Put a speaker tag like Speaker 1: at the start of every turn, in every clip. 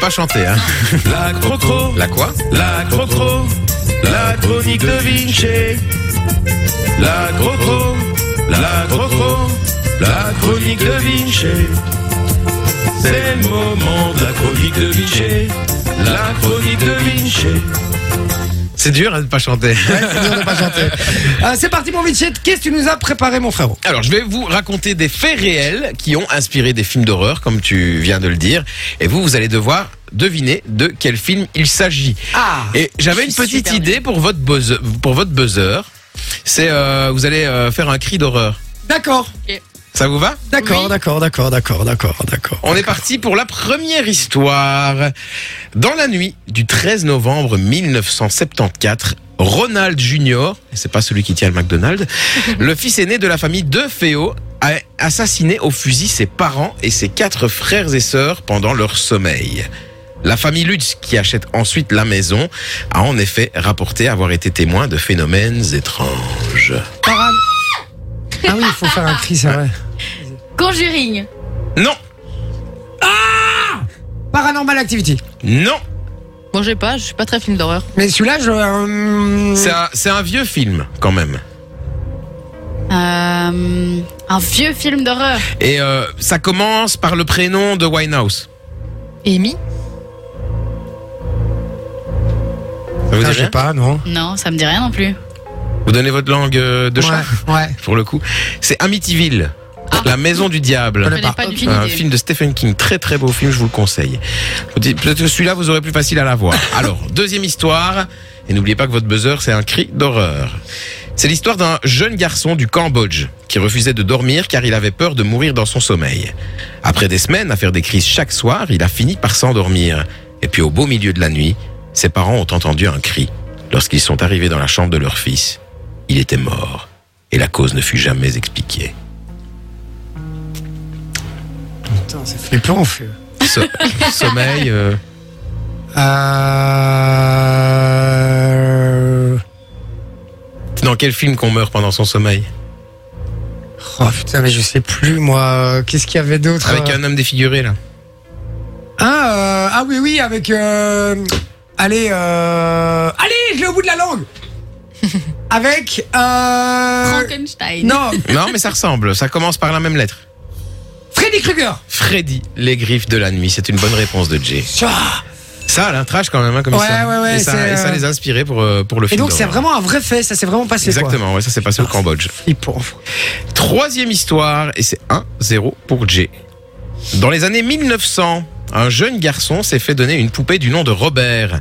Speaker 1: pas chanter. Hein.
Speaker 2: La crocro,
Speaker 1: La quoi
Speaker 2: la crocro, la chronique de Vinci. La crocro, la crocro, la chronique de Vinci. C'est le moment de la chronique de Vinci. La chronique de Vinci.
Speaker 1: C'est dur hein, de pas chanter.
Speaker 3: C'est dur de pas chanter. Euh, c'est parti, mon Vinci. Qu'est-ce que tu nous as préparé, mon frérot
Speaker 1: Alors, je vais vous raconter des faits réels qui ont inspiré des films d'horreur, comme tu viens de le dire. Et vous, vous allez devoir deviner de quel film il s'agit.
Speaker 3: Ah
Speaker 1: Et j'avais
Speaker 4: je
Speaker 1: une
Speaker 4: suis
Speaker 1: petite
Speaker 4: super
Speaker 1: idée pour votre buzzer. Pour votre buzzer. C'est, euh, vous allez euh, faire un cri d'horreur.
Speaker 3: D'accord,
Speaker 1: Ça vous va
Speaker 3: d'accord,
Speaker 4: Oui.
Speaker 3: d'accord, d'accord, d'accord, d'accord, d'accord.
Speaker 1: On est parti pour la première histoire. Dans la nuit du 13 novembre 1974, Ronald Junior, et c'est pas celui qui tient le McDonald's, le fils aîné de la famille de Féo a assassiné au fusil ses parents et ses quatre frères et sœurs pendant leur sommeil. La famille Lutz, qui achète ensuite la maison, a en effet rapporté avoir été témoin de phénomènes étranges.
Speaker 3: Parade. Ah oui, il faut faire un cri, c'est vrai.
Speaker 4: Conjuring.
Speaker 1: Non,
Speaker 3: Paranormal Activity.
Speaker 1: non,
Speaker 4: Bon, j'ai pas, je suis pas très film d'horreur.
Speaker 3: Mais celui-là, je. euh,
Speaker 1: c'est un- c'est un vieux film quand même.
Speaker 4: Euh, un vieux film d'horreur.
Speaker 1: Et euh, ça commence par le prénom de Winehouse.
Speaker 4: Amy
Speaker 1: Ça vous, dit
Speaker 3: Ah, je sais
Speaker 1: rien
Speaker 3: pas, non.
Speaker 4: Non, ça me dit rien non plus.
Speaker 1: vous donnez votre langue euh, de chat
Speaker 3: Ouais, ouais.
Speaker 1: pour le coup. C'est Amityville,
Speaker 4: Ah.
Speaker 1: la maison du diable.
Speaker 3: Je
Speaker 4: Je
Speaker 3: connais
Speaker 4: connais
Speaker 3: pas.
Speaker 4: pas du
Speaker 1: Un
Speaker 4: film.
Speaker 1: film de Stephen King, très très beau film, je vous le conseille. Je vous dis, Peut-être que celui-là, vous aurez plus facile à l'avoir. Alors, deuxième histoire, et n'oubliez pas que votre buzzer, c'est un cri d'horreur. C'est l'histoire d'un jeune garçon du Cambodge qui refusait de dormir car il avait peur de mourir dans son sommeil. Après des semaines à faire des crises chaque soir, il a fini par s'endormir. Et puis au beau milieu de la nuit, ses parents ont entendu un cri. Lorsqu'ils sont arrivés dans la chambre de leur fils, il était mort. Et la cause ne fut jamais expliquée.
Speaker 3: Putain, c'est flippant, on fait.
Speaker 1: So- sommeil... euh,
Speaker 3: Euh.
Speaker 1: Dans quel film qu'on meurt pendant son sommeil
Speaker 3: Oh putain, mais je sais plus, moi. euh, Qu'est-ce qu'il y avait d'autre euh,
Speaker 1: Avec un homme défiguré là.
Speaker 3: Ah, euh, ah oui, oui, avec. Euh, allez, euh, allez, je l'ai au bout de la langue. avec. Euh,
Speaker 4: Frankenstein.
Speaker 3: non,
Speaker 1: Non mais ça ressemble, ça commence par la même lettre.
Speaker 3: Freddy Krueger.
Speaker 1: Freddy, les griffes de la nuit, c'est une bonne réponse de Jay.
Speaker 3: Ah,
Speaker 1: Ça, l'un trash quand même, hein, comme
Speaker 3: Ouais,
Speaker 1: ça.
Speaker 3: ouais, ouais,
Speaker 1: et ça,
Speaker 3: c'est,
Speaker 1: et ça
Speaker 3: euh,
Speaker 1: les a inspirés pour, euh, pour le
Speaker 3: Et
Speaker 1: film.
Speaker 3: donc c'est
Speaker 1: d'horreur.
Speaker 3: vraiment un vrai fait, ça s'est vraiment passé.
Speaker 1: Exactement, ouais, ça s'est passé au Cambodge.
Speaker 3: Quoi. Il pauvre.
Speaker 1: Troisième histoire, et c'est 1-0 pour Jay. Dans les années 1900, un jeune garçon s'est fait donner une poupée du nom de Robert.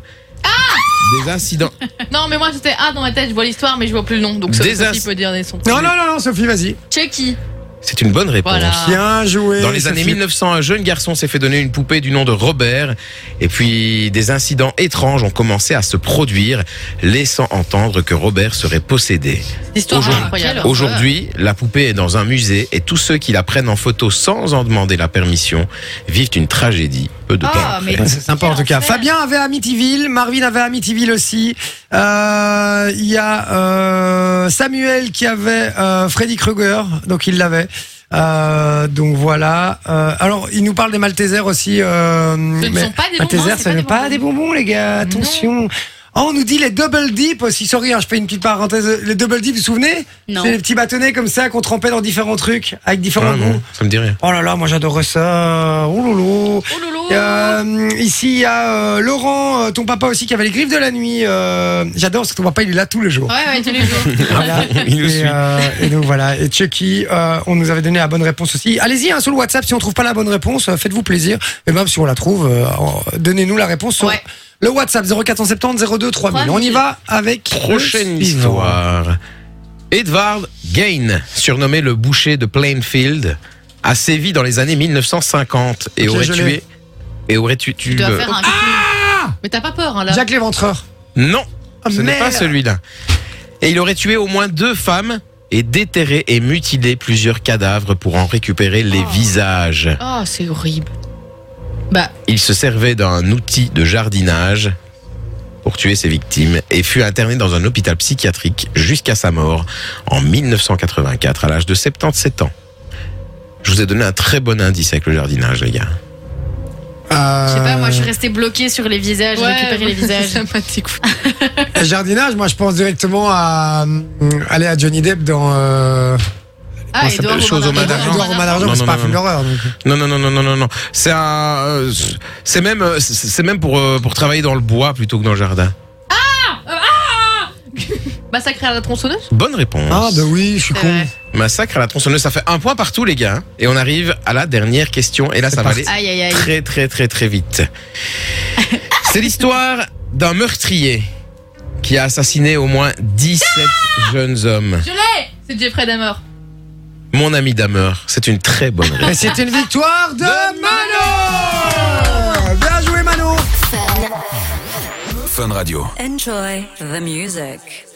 Speaker 1: Des incidents.
Speaker 4: Non, mais moi j'étais ah dans ma tête, je vois l'histoire, mais je vois plus le nom. Donc ça
Speaker 1: Des
Speaker 4: Sophie
Speaker 1: as-
Speaker 4: peut dire des sons.
Speaker 3: Non, non, non, non, Sophie, vas-y.
Speaker 4: Chucky.
Speaker 1: C'est une bonne réponse.
Speaker 4: Voilà. Ah.
Speaker 3: Bien joué.
Speaker 1: Dans les années 1900, un jeune garçon s'est fait donner une poupée du nom de Robert. Et puis, des incidents étranges ont commencé à se produire, laissant entendre que Robert serait possédé.
Speaker 4: Cette Histoire
Speaker 1: Aujourd'hui-
Speaker 4: incroyable.
Speaker 1: Aujourd'hui, la poupée est dans un musée et tous ceux qui la prennent en photo sans en demander la permission vivent une tragédie peu de temps.
Speaker 4: Ah,
Speaker 1: après.
Speaker 4: mais-
Speaker 3: C'est sympa en tout cas.
Speaker 4: Quel enfer.
Speaker 3: Fabien avait Amityville, Marvin avait Amityville aussi. Euh, Il y a euh, Samuel qui avait euh, Freddy Krueger, donc il l'avait. Euh, donc voilà. Euh, alors il nous parle des Maltesers aussi. Euh,
Speaker 4: Ce ne
Speaker 3: mais
Speaker 4: sont pas des
Speaker 3: Maltesers,
Speaker 4: bonbons,
Speaker 3: ce n'est pas des bonbons les gars. Attention. Oh, on nous dit les double deep aussi. Sorry, hein, je fais une petite parenthèse. Les double deep, vous vous souvenez
Speaker 4: Non.
Speaker 3: C'est les petits bâtonnets comme ça qu'on trempait dans différents trucs avec différents
Speaker 1: Ah,
Speaker 3: goûts.
Speaker 1: non, ça me dit rien.
Speaker 3: Oh là là, moi j'adorais ça. Oh lolo.
Speaker 4: Oh lolo.
Speaker 3: Euh, ici, il y a euh, Laurent, euh, ton papa aussi, qui avait les griffes de la nuit. euh, J'adore, parce que ton papa, il est là tous les jours.
Speaker 4: Ouais, ouais, tous les jours.
Speaker 3: Voilà.
Speaker 1: Il nous
Speaker 3: et,
Speaker 1: suit.
Speaker 3: euh, et donc voilà. Et Chucky, euh, on nous avait donné la bonne réponse aussi. Allez-y, hein, sur le WhatsApp, si on trouve pas la bonne réponse, euh, faites-vous plaisir. Et même si on la trouve, euh, en- donnez-nous la réponse sur
Speaker 4: Ouais.
Speaker 3: le WhatsApp 0470 02 3000. On y va avec le
Speaker 1: Prochaine
Speaker 3: suivant.
Speaker 1: histoire. Edward Gain, surnommé le boucher de Plainfield, a sévi dans les années 1950 et
Speaker 3: Ok,
Speaker 1: aurait
Speaker 3: je l'ai.
Speaker 1: tué. Et aurait tué. tu
Speaker 4: Tu dois
Speaker 1: le-
Speaker 4: faire un. mais t'as pas peur hein, là.
Speaker 3: Jacques Léventreur.
Speaker 1: Non,
Speaker 3: Ah,
Speaker 1: ce n'est pas
Speaker 3: merde.
Speaker 1: celui-là. Et il aurait tué au moins deux femmes et déterré et mutilé plusieurs cadavres pour en récupérer les
Speaker 4: Oh.
Speaker 1: visages.
Speaker 4: Oh, c'est horrible. Bah,
Speaker 1: Il se servait d'un outil de jardinage pour tuer ses victimes et fut interné dans un hôpital psychiatrique jusqu'à sa mort en 1984 à l'âge de 77 ans. Je vous ai donné un très bon indice avec le jardinage, les gars.
Speaker 3: Euh,
Speaker 4: je sais pas, moi je
Speaker 5: suis restée bloquée sur les visages,
Speaker 4: Ouais,
Speaker 5: récupérer les visages.
Speaker 4: ça m'a dégoûté.
Speaker 3: Et Euh, Jardinage, moi je pense directement à hum, aller à Johnny Depp dans euh,
Speaker 4: Ah,
Speaker 1: ça s'appelle
Speaker 4: Edouard
Speaker 1: Chose au
Speaker 4: Romain
Speaker 1: Main
Speaker 4: d'Argent.
Speaker 1: d'Argent.
Speaker 3: Edouard Romain d'Argent,
Speaker 1: Non,
Speaker 3: mais c'est
Speaker 1: non,
Speaker 3: pas un
Speaker 1: non,
Speaker 3: film
Speaker 1: non.
Speaker 3: d'horreur. donc.
Speaker 1: Non, non, non, non, non, non, non. C'est un, euh, c'est même, euh, c'est c'est même pour euh, pour travailler dans le bois plutôt que dans le jardin.
Speaker 4: Massacre à la tronçonneuse
Speaker 1: Bonne réponse.
Speaker 3: Ah, bah oui, je suis
Speaker 4: C'est
Speaker 3: con.
Speaker 4: vrai.
Speaker 1: Massacre à la tronçonneuse, ça fait un point partout les gars. hein. Et on arrive à la dernière question. Et là,
Speaker 3: C'est
Speaker 1: ça va
Speaker 3: parti.
Speaker 1: aller
Speaker 4: Aïe, aïe, aïe.
Speaker 1: très très très très vite. C'est l'histoire d'un meurtrier qui a assassiné au moins 17 jeunes hommes.
Speaker 4: Je l'ai C'est Jeffrey Dahmer.
Speaker 1: Mon ami Damer, c'est une très bonne réponse.
Speaker 3: Et c'est une victoire de Manon Bien joué Manon
Speaker 6: Enjoy the music.